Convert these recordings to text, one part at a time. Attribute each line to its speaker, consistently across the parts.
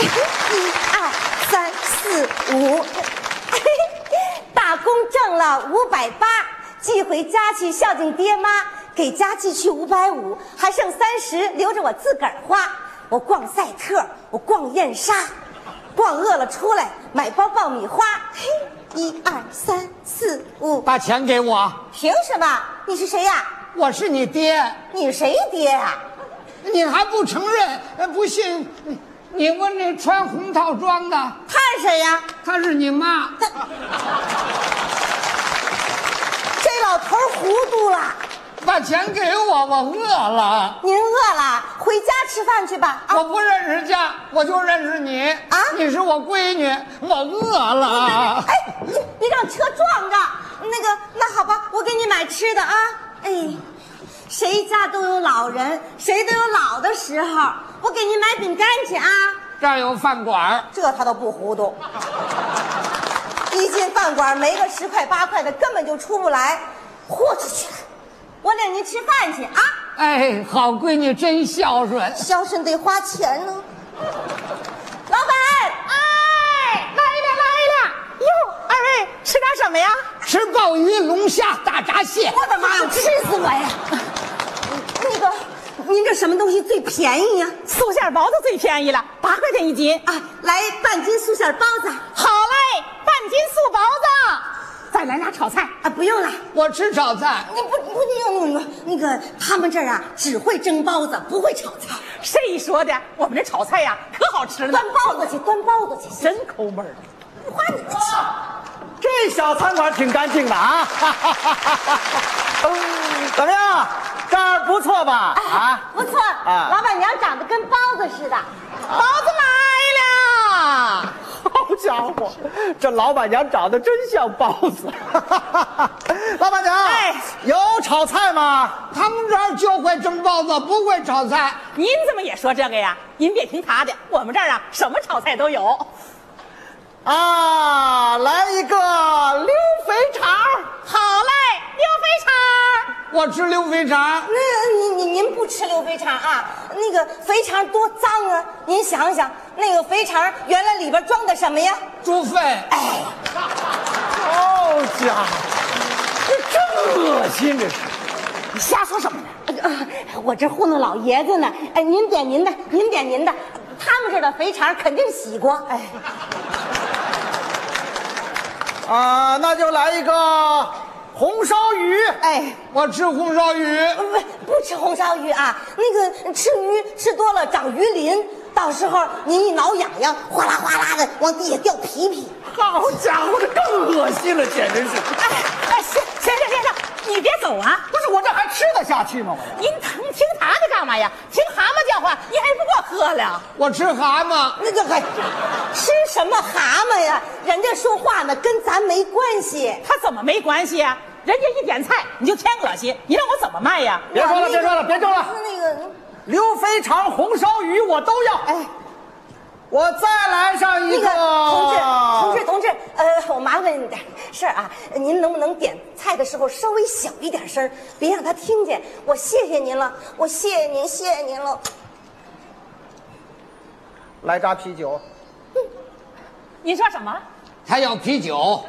Speaker 1: 一二三四五， 打工挣了五百八，寄回家去孝敬爹妈，给家寄去五百五，还剩三十留着我自个儿花。我逛赛特，我逛燕莎，逛饿了出来买包爆米花。嘿，一二三四五，
Speaker 2: 把钱给我，
Speaker 1: 凭什么？你是谁呀、
Speaker 2: 我是你爹，
Speaker 1: 你是谁爹呀、
Speaker 2: 你还不承认？呃不信，你你问那穿红套装的，
Speaker 1: 他是谁呀、
Speaker 2: 她是你妈。
Speaker 1: 这老头儿糊涂了。
Speaker 2: 把钱给我，我饿了，
Speaker 1: 您饿了，回家吃饭去吧。啊，
Speaker 2: 我不认识家，我就认识你啊你是我闺女，我饿了。
Speaker 1: 哎，你你让车撞着，那个那好吧，我给你买吃的啊。哎，谁家都有老人，谁都有老的时候，我给您买饼干去啊。
Speaker 2: 这儿有饭馆儿，
Speaker 1: 这他都不糊涂。一进饭馆，没个十块八块的，根本就出不来，豁出去了。我领您吃饭去啊。
Speaker 2: 哎，好闺女真孝顺。
Speaker 1: 孝顺得花钱呢。老板，哎，来了来了！哟，二位吃点什么呀？
Speaker 2: 吃鲍鱼、龙虾、大闸蟹。
Speaker 1: 我的妈呀，吃死我呀！那个，您这什么东西最便宜呀、
Speaker 3: 素馅包子最便宜了，八块钱一斤。
Speaker 1: 啊？来半斤素馅包子
Speaker 3: 好嘞，半斤素包子，再来俩炒菜。
Speaker 1: 啊，不用了。
Speaker 2: 我吃炒菜，
Speaker 1: 你不不不用那个，他们这儿啊只会蒸包子，不会炒菜。
Speaker 3: 谁说的？我们这炒菜呀，可好吃了
Speaker 1: 端，包子去，端包子去，
Speaker 3: 真抠门儿。
Speaker 1: 花你的钱。
Speaker 4: 啊这小餐馆挺干净的啊，怎么样？这儿不错吧？啊，
Speaker 1: 哎不错，
Speaker 4: 啊
Speaker 1: 老板娘长得跟包子似的。
Speaker 3: 包子来了，
Speaker 4: 好家伙，这老板娘长得真像包子。 老板娘，
Speaker 3: 哎
Speaker 4: 有炒菜吗？
Speaker 2: 他们这儿就会蒸包子，不会炒菜。
Speaker 3: 您怎么也说这个呀？您别听他的，我们这儿啊，什么炒菜都有。
Speaker 4: 啊，来一个溜肥肠儿。
Speaker 3: 好嘞，哎溜肥肠儿，
Speaker 2: 我吃溜肥肠，
Speaker 1: 那您您您不吃溜肥肠啊？那个肥肠多脏啊！您想想，那个肥肠原来里边装的什么呀？
Speaker 2: 猪肺。
Speaker 4: 好家伙，这真恶心，这是。
Speaker 3: 你瞎说什么呢？
Speaker 1: 啊我这糊弄老爷子呢。哎，您点您的，您点您的。他们这儿的肥肠肯定洗过。哎，
Speaker 4: 啊，那就来一个红烧鱼。
Speaker 1: 哎，
Speaker 2: 我吃红烧鱼，
Speaker 1: 不呃不吃红烧鱼啊，那个吃鱼吃多了长鱼鳞，到时候您一挠痒痒，哗啦哗啦的往地下掉皮皮。
Speaker 4: 好家伙，这更恶心了，简直是！
Speaker 3: 哎哎，先先生先生，你别走啊！
Speaker 4: 不是我这还吃得下去吗？我
Speaker 3: 您听听他的干嘛呀？听蛤蟆叫唤，您还不给我喝了？
Speaker 2: 我吃蛤蟆，
Speaker 1: 那个还吃什么蛤蟆呀？人家说话呢，跟咱没关系。
Speaker 3: 他怎么没关系呀、人家一点菜你就添恶心，你让我怎么卖呀？
Speaker 4: 别说了，别说了，别争了。
Speaker 1: 啊那个，
Speaker 4: 溜肥肠、红烧鱼我都要。
Speaker 1: 哎，
Speaker 4: 我再来上
Speaker 1: 那
Speaker 4: 一
Speaker 1: 个
Speaker 4: 个。
Speaker 2: 哎
Speaker 1: 同志，同志，同志，呃，我麻烦你点事儿啊，您能不能点菜的时候稍微小一点声儿，别让他听见？我谢谢您了，我谢谢您，谢谢您了。
Speaker 4: 来扎啤酒。
Speaker 3: 您说什么？
Speaker 2: 他要啤酒。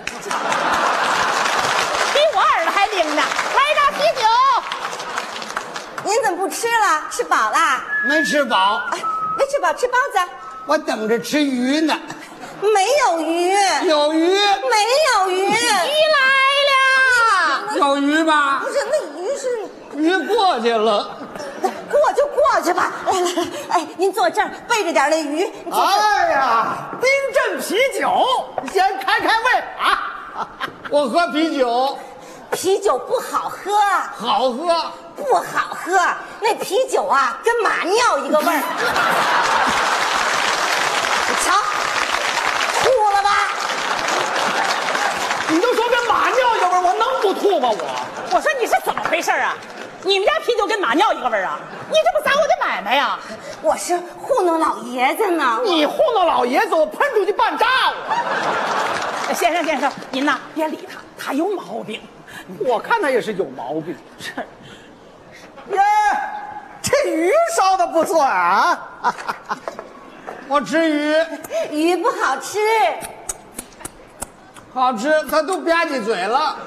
Speaker 3: 比我耳朵还灵呢！来一张啤酒，
Speaker 1: 您怎么不吃了？ 吃饱啦？
Speaker 2: 没吃饱，
Speaker 1: 哎，没吃饱，吃包子。
Speaker 2: 我等着吃鱼呢。
Speaker 1: 没有鱼，
Speaker 2: 有鱼，
Speaker 1: 没有鱼，
Speaker 3: 鱼来了，
Speaker 2: 有鱼吧
Speaker 1: 不？是那鱼是。
Speaker 2: 鱼过去了。
Speaker 1: 过就过去吧，来来来，哎，您坐这儿背着点那鱼，您
Speaker 2: 啊
Speaker 1: 坐这儿。
Speaker 4: 哎呀，冰镇啤酒，先开开胃啊！
Speaker 2: 我喝啤酒，
Speaker 1: 啤酒不好喝，
Speaker 2: 好喝。
Speaker 1: 不好喝，那啤酒啊跟马尿一个味儿。 瞧，吐了吧？
Speaker 4: 你就说这马尿一味儿，我能不吐吗？我
Speaker 3: 我说你是怎么回事啊？你们家啤酒跟马尿一个味儿啊？你这不砸我的买卖呀？
Speaker 1: 我是糊弄老爷子呢。
Speaker 4: 你糊弄老爷子，我喷出去半扎我。
Speaker 3: 先生先生，您呐别理他，他有毛病。
Speaker 4: 我看他也是有毛 病。耶，这鱼烧的不错啊！
Speaker 2: 我吃鱼，
Speaker 1: 鱼不好吃，
Speaker 2: 好吃，它都吧唧嘴了。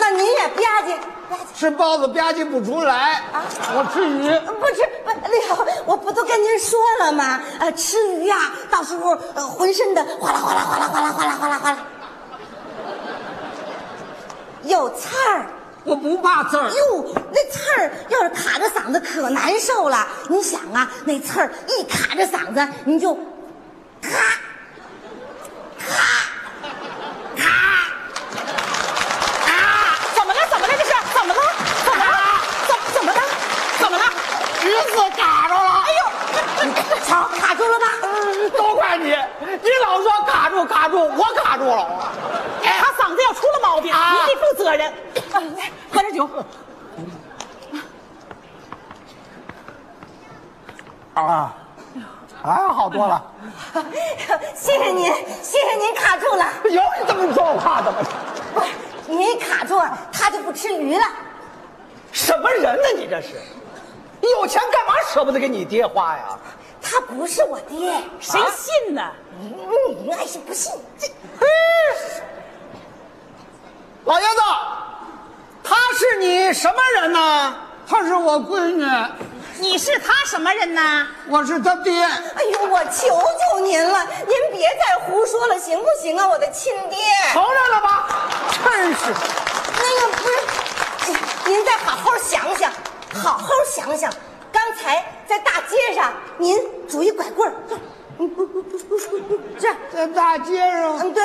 Speaker 1: 那您也吧唧吧唧。
Speaker 2: 吃包子吧唧不出来，
Speaker 4: 啊
Speaker 2: 我吃鱼。
Speaker 1: 不吃不那个，我不都跟您说了吗？呃，吃鱼呀、到时候呃浑身的哗啦哗啦哗啦哗啦哗啦哗啦哗啦，有刺儿
Speaker 2: 我不怕刺儿，
Speaker 1: 哟，那刺儿要是卡着嗓子可难受了。你想啊，那刺儿一卡着嗓子，你就咔
Speaker 3: 啊怎么了？怎么了？这是怎么了？怎么了？怎怎么了？怎么了？
Speaker 2: 鱼刺卡着了。
Speaker 3: 哎呦，
Speaker 1: 瞧卡住了吧？
Speaker 4: 都怪你，你老说卡住卡住，我卡住了。哎
Speaker 3: 他嗓子要出了毛病，
Speaker 4: 啊哎
Speaker 3: 你得负责任。喝点酒，
Speaker 4: 啊啊，好多了。
Speaker 1: 谢谢您，谢谢您卡住了。
Speaker 4: 有你这么说话的吗？
Speaker 1: 不是您一卡住，他就不吃鱼了。
Speaker 4: 什么人呢？你这是，你有钱干嘛舍不得给你爹花呀？
Speaker 1: 他不是我爹，
Speaker 3: 谁信呢？
Speaker 1: 嗯，爱信不信。这
Speaker 4: 老爷子，他是你什么人呢？
Speaker 2: 她是我闺女，
Speaker 3: 你是他什么人呢？
Speaker 2: 我是她爹。
Speaker 1: 哎呦，我求求您了，您别再胡说了，行不行啊，我的亲爹？
Speaker 4: 承认了吧？真是，
Speaker 1: 那个不是，您再好好想想，好好想想，刚才在大街上您拄一拐棍儿，这，
Speaker 2: 在大街上，
Speaker 1: 嗯，对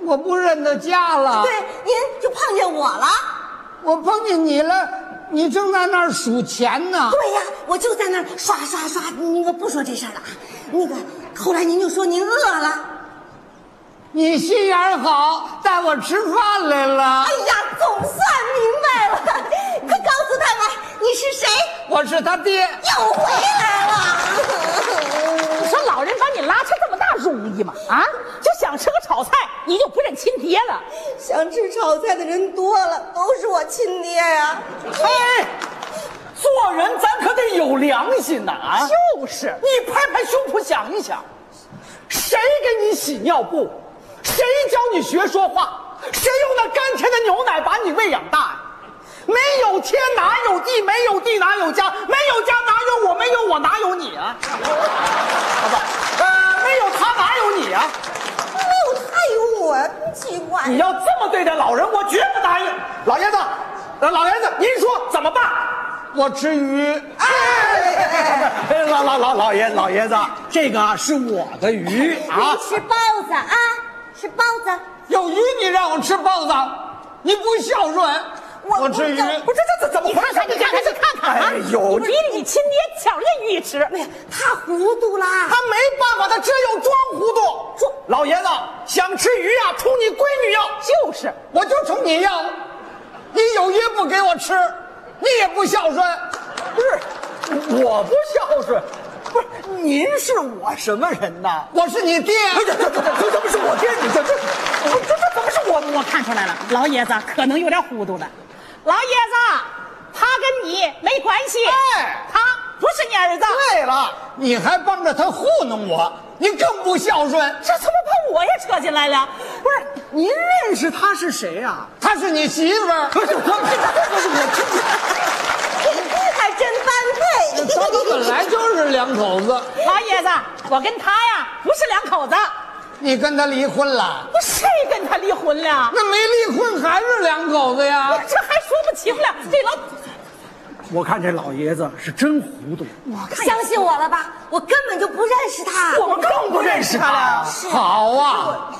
Speaker 2: 我不认得家了。
Speaker 1: 对，您就碰见我了。
Speaker 2: 我碰见你了，你正在那儿数钱呢。
Speaker 1: 对呀，我就在那儿刷刷刷，那个不说这事儿了啊。那个后来您就说您饿了，
Speaker 2: 你心眼儿好，带我吃饭来了
Speaker 1: 哎。呀，总算明白了，快告诉他们你是谁，
Speaker 2: 我是他爹，
Speaker 1: 又回来了。
Speaker 3: 你说老人把你拉扯这么大容易吗？啊，就想吃个炒菜，你就不认亲爹了。
Speaker 1: 想吃炒菜的人多了，都是我亲爹呀、
Speaker 4: 嘿，做人咱可得有良心呐啊！
Speaker 3: 就是
Speaker 4: 你拍拍胸脯想一想，谁给你洗尿布？谁教你学说话？谁用那甘甜的牛奶把你喂养大呀？没有天哪有地？没有地哪有家？没有家哪有我？没有我哪有你啊？好吧，呃，没有他哪有你啊？
Speaker 1: 没有他哦有我，奇怪。
Speaker 4: 你要这么对待老人，我绝不答应。老爷子，呃老爷子，您说怎么办？
Speaker 2: 我吃鱼。
Speaker 4: 哎老老老老爷老爷子，这个是我的鱼啊
Speaker 1: 你。哎吃包子啊，吃包子。
Speaker 2: 有鱼你让我吃包子，你不孝顺。
Speaker 1: 我
Speaker 2: 吃鱼，
Speaker 4: 不是这这怎么回事？
Speaker 3: 你看看，你看看啊！
Speaker 4: 哎呦，
Speaker 3: 你逼着你亲爹抢着那鱼吃，
Speaker 1: 哎呀，他糊涂啦。
Speaker 4: 他没办法，他只有装糊涂。
Speaker 1: 装
Speaker 4: 老爷子想吃鱼啊，冲你闺女要，
Speaker 3: 就是
Speaker 2: 我就冲你要，你有鱼不给我吃，你也不孝顺。
Speaker 4: 不是我不孝顺，不是您是我什么人呐？
Speaker 2: 我是你爹，
Speaker 4: 哎呀，这这这怎么是我爹？你这这这这这怎么是我？
Speaker 3: 我看出来了，老爷子可能有点糊涂了。老爷子，他跟你没关系，
Speaker 2: 哎
Speaker 3: 他不是你儿子，
Speaker 2: 对了，你还帮着他糊弄我，你更不孝顺。
Speaker 3: 这怎么把我也扯进来了？不是，
Speaker 4: 您认识他是谁啊呀、
Speaker 2: 她是你媳妇儿，
Speaker 4: 不是我，不是我亲戚。
Speaker 1: 还真
Speaker 4: 哎
Speaker 1: 般配。
Speaker 2: 咱们本来就是两口子，
Speaker 3: 老爷子，我跟他呀不是两口子，
Speaker 2: 你跟他离婚了，
Speaker 3: 不谁跟他离婚了？
Speaker 2: 那没离婚还是两口子呀？
Speaker 3: 这还说不清了，这老
Speaker 4: 我看这老爷子是真糊涂，
Speaker 1: 相信我了吧，我根本就不认识他。
Speaker 4: 我们更不认识他了。
Speaker 2: 好啊，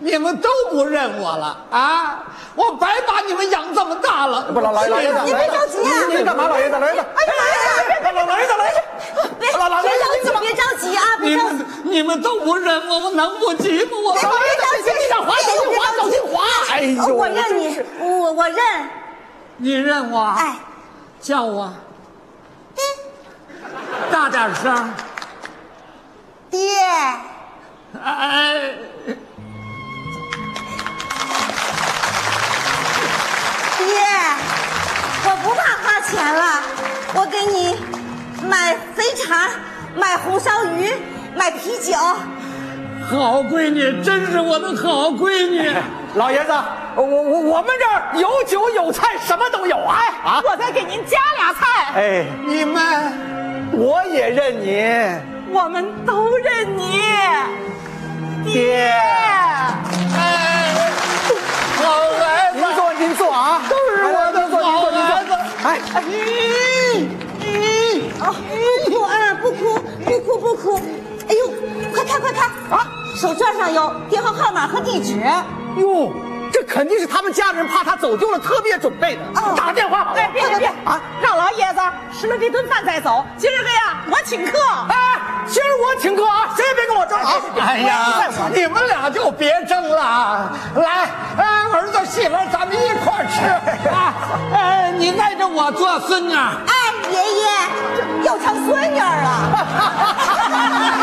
Speaker 2: 你们都不认我了啊！我白把你们养这么大了。
Speaker 4: 不，老老老爷子，
Speaker 1: 你别着急啊
Speaker 4: 您干嘛？老爷子，老爷子，
Speaker 1: 哎呀妈呀！
Speaker 4: 老老老爷子，老爷子，
Speaker 1: 别
Speaker 4: 老老爷子，
Speaker 1: 别着急，别着急啊，
Speaker 2: 你
Speaker 1: 别着急。
Speaker 2: 们你们都不认我，我能不急吗？我
Speaker 1: 别着急，
Speaker 2: 你想滑手机滑手机滑。
Speaker 4: 哎呦，
Speaker 1: 我认
Speaker 4: 真
Speaker 1: 你
Speaker 4: 是，
Speaker 1: 我我认。
Speaker 2: 你认我？
Speaker 1: 哎，
Speaker 2: 叫我，大点声。
Speaker 1: 爹，
Speaker 2: 哎，
Speaker 1: 爹，我不怕花钱了，我给你买肥肠，买红烧鱼，买啤酒。
Speaker 2: 好闺女，真是我的好闺女。
Speaker 4: 老爷子，我我我们这儿有酒有菜，什么都有啊！啊，
Speaker 3: 我再给您加俩菜，
Speaker 4: 哎，
Speaker 2: 你们
Speaker 4: 我也认您
Speaker 3: 我们都认你，
Speaker 4: 爹。
Speaker 2: 哎，好孩
Speaker 4: 您坐，您坐啊，
Speaker 2: 都是我的
Speaker 4: 您坐，您
Speaker 2: 好
Speaker 4: 坐，您
Speaker 2: 孩子
Speaker 4: 坐。哎，哎
Speaker 1: 哦，不哭啊，不哭，不哭，不哭。哎呦，快看快看啊！手绢上有电话号码和地址。
Speaker 4: 哟，这肯定是他们家人怕他走丢了，特别准备的
Speaker 1: 哦，
Speaker 4: 打个电话吧。
Speaker 3: 哎，别别别
Speaker 4: 啊
Speaker 3: 啊！让老爷子吃了这顿饭再走。今儿个呀，我请客。
Speaker 4: 哎，今儿我请客啊，谁也别跟我争啊！
Speaker 2: 哎呀，你们俩就别争了，啊来，哎，儿子媳妇儿，咱们一块儿吃啊！哎，你带着我做孙女儿。
Speaker 1: 哎，爷爷，又成孙女儿了。